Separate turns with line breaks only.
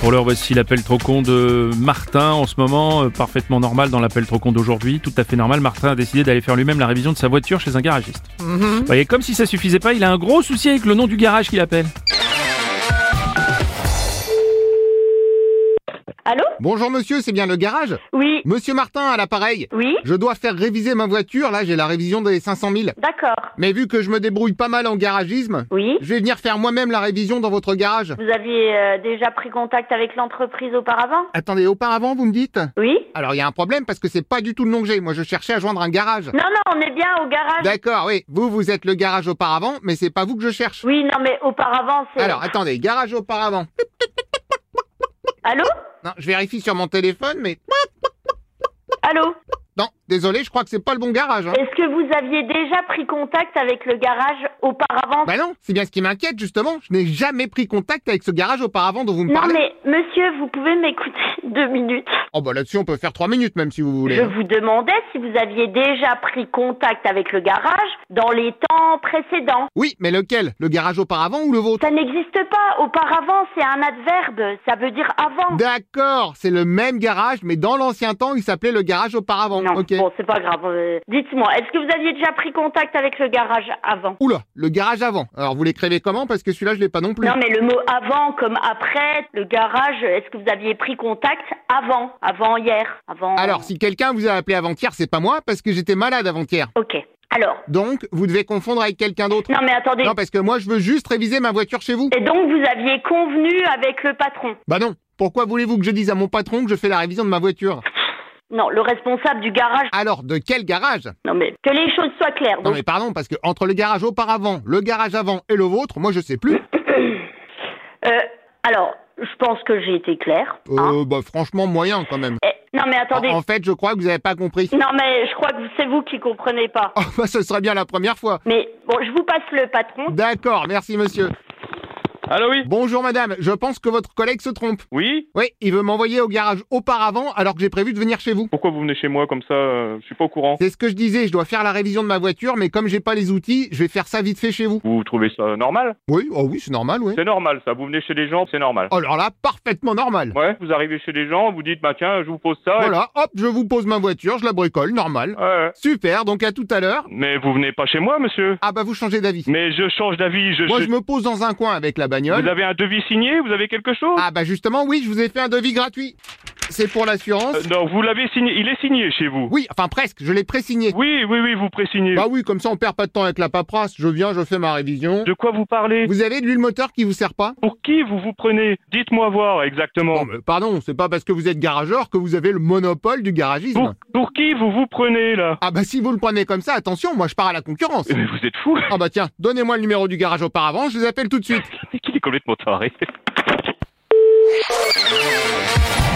Pour l'heure, voici l'appel trop con de Euh, Martin en ce moment, euh, parfaitement normal dans l'appel trop con d'aujourd'hui, tout à fait normal. Martin a décidé d'aller faire lui-même la révision de sa voiture chez un garagiste. Et comme si ça suffisait pas, il a un gros souci avec le nom du garage qu'il appelle.
Allô
Bonjour monsieur, c'est bien le garage
Oui,
Monsieur Martin à l'appareil.
oui,
Je dois faire réviser ma voiture, là j'ai la révision des 500 000.
d'accord.
Mais vu que je me débrouille pas mal en garagisme,
Oui.
je vais venir faire moi-même la révision dans votre garage.
Vous aviez euh, déjà pris contact avec l'entreprise auparavant
Attendez, auparavant vous me dites
Oui
Alors il y a un problème parce que c'est pas du tout le nom que j'ai, moi je cherchais à joindre un garage.
Non, non, on est bien au garage.
D'accord, oui. Vous, vous êtes le garage auparavant, mais c'est pas vous que je cherche.
Oui, non, mais auparavant, c'est...
Alors, attendez, garage auparavant.
Allô
Non, je vérifie sur mon téléphone, mais...
Allô
Non, désolé, je crois que c'est pas le bon garage. Hein.
Est-ce que vous aviez déjà pris contact avec le garage auparavant
Bah non, c'est bien ce qui m'inquiète, justement. Je n'ai jamais pris contact avec ce garage auparavant dont vous me
Non,
parlez.
mais monsieur, vous pouvez m'écouter deux minutes.
Oh bah là-dessus, on peut faire trois minutes, même, si vous voulez.
Je vous demandais si vous aviez déjà pris contact avec le garage dans les temps précédents.
Oui, mais lequel Le garage auparavant ou le vôtre
Ça n'existe pas. Auparavant, c'est un adverbe. Ça veut dire avant.
D'accord, c'est le même garage, mais dans l'ancien temps, il s'appelait le garage auparavant.
Non,
ok.
bon, c'est pas grave. euh, Dites-moi, est-ce que vous aviez déjà pris contact avec le garage avant
Oula, le garage avant. Alors, vous l'écrivez comment Parce que celui-là, je l'ai pas non plus.
Non, mais le mot avant comme après, le garage, est-ce que vous aviez pris contact avant Avant hier Avant.
Alors, si quelqu'un vous a appelé avant-hier, c'est pas moi, parce que j'étais malade avant-hier.
Ok. Alors.
Donc, vous devez confondre avec quelqu'un d'autre.
Non, mais attendez.
Non, parce que moi, je veux juste réviser ma voiture chez vous.
Et donc, vous aviez convenu avec le patron
Bah non. Pourquoi voulez-vous que je dise à mon patron que je fais la révision de ma voiture
Non, le responsable du garage.
Alors, de quel garage
Non, mais que les choses soient claires.
Non
Donc,
mais pardon, parce que entre le garage auparavant, le garage avant et le vôtre, moi je sais plus.
euh, alors, je pense que j'ai été claire. hein.
Euh, bah franchement, moyen quand même.
Eh, non, mais
En,
attendez.
en fait, je crois que vous avez pas compris.
Non, mais je crois que c'est vous qui comprenez pas.
Oh, bah ce serait bien la première fois.
Mais bon, je vous passe le patron.
D'accord, merci monsieur.
Allô, oui
Bonjour madame, je pense que votre collègue se trompe.
Oui
Oui, il veut m'envoyer au garage auparavant alors que j'ai prévu de venir chez vous.
Pourquoi vous venez chez moi comme ça euh, Je suis pas au courant.
C'est ce que je disais, je dois faire la révision de ma voiture, mais comme j'ai pas les outils, je vais faire ça vite fait chez vous.
Vous trouvez ça normal
Oui, oh oui, c'est normal, oui.
C'est normal, ça. Vous venez chez les gens, c'est normal.
Oh, Alors là, parfaitement normal.
Ouais, vous arrivez chez les gens, vous dites, bah tiens, je vous pose ça. et-
Voilà, hop, je vous pose ma voiture, je la bricole, normal.
Ouais, ouais.
Super, donc à tout à l'heure.
Mais vous venez pas chez moi, monsieur
Ah bah vous changez d'avis.
Mais je change d'avis, je...
Moi
je-
je me pose dans un coin avec la
Vous
bagnole.
avez un devis signé Vous avez quelque chose
Ah bah justement oui, je vous ai fait un devis gratuit. C'est pour l'assurance.
Euh, Non, vous l'avez signé. Il est signé chez vous.
Oui, enfin presque, je l'ai pré-signé.
oui, oui, oui, vous pré-signez.
Bah oui, comme ça on perd pas de temps avec la paperasse. Je viens, je fais ma révision.
De quoi vous parlez
Vous avez de l'huile moteur qui vous sert pas
Pour qui vous vous prenez Dites-moi voir exactement.
Non mais pardon, c'est pas parce que vous êtes garageur que vous avez le monopole du garagisme.
Pour, pour qui vous vous prenez, là Euh,
Ah bah si vous le prenez comme ça, attention, moi je pars à la concurrence.
Mais vous êtes fou
Ah bah tiens, donnez-moi le numéro du garage auparavant, je vous appelle tout de suite.
Mais qu'il est complètement taré.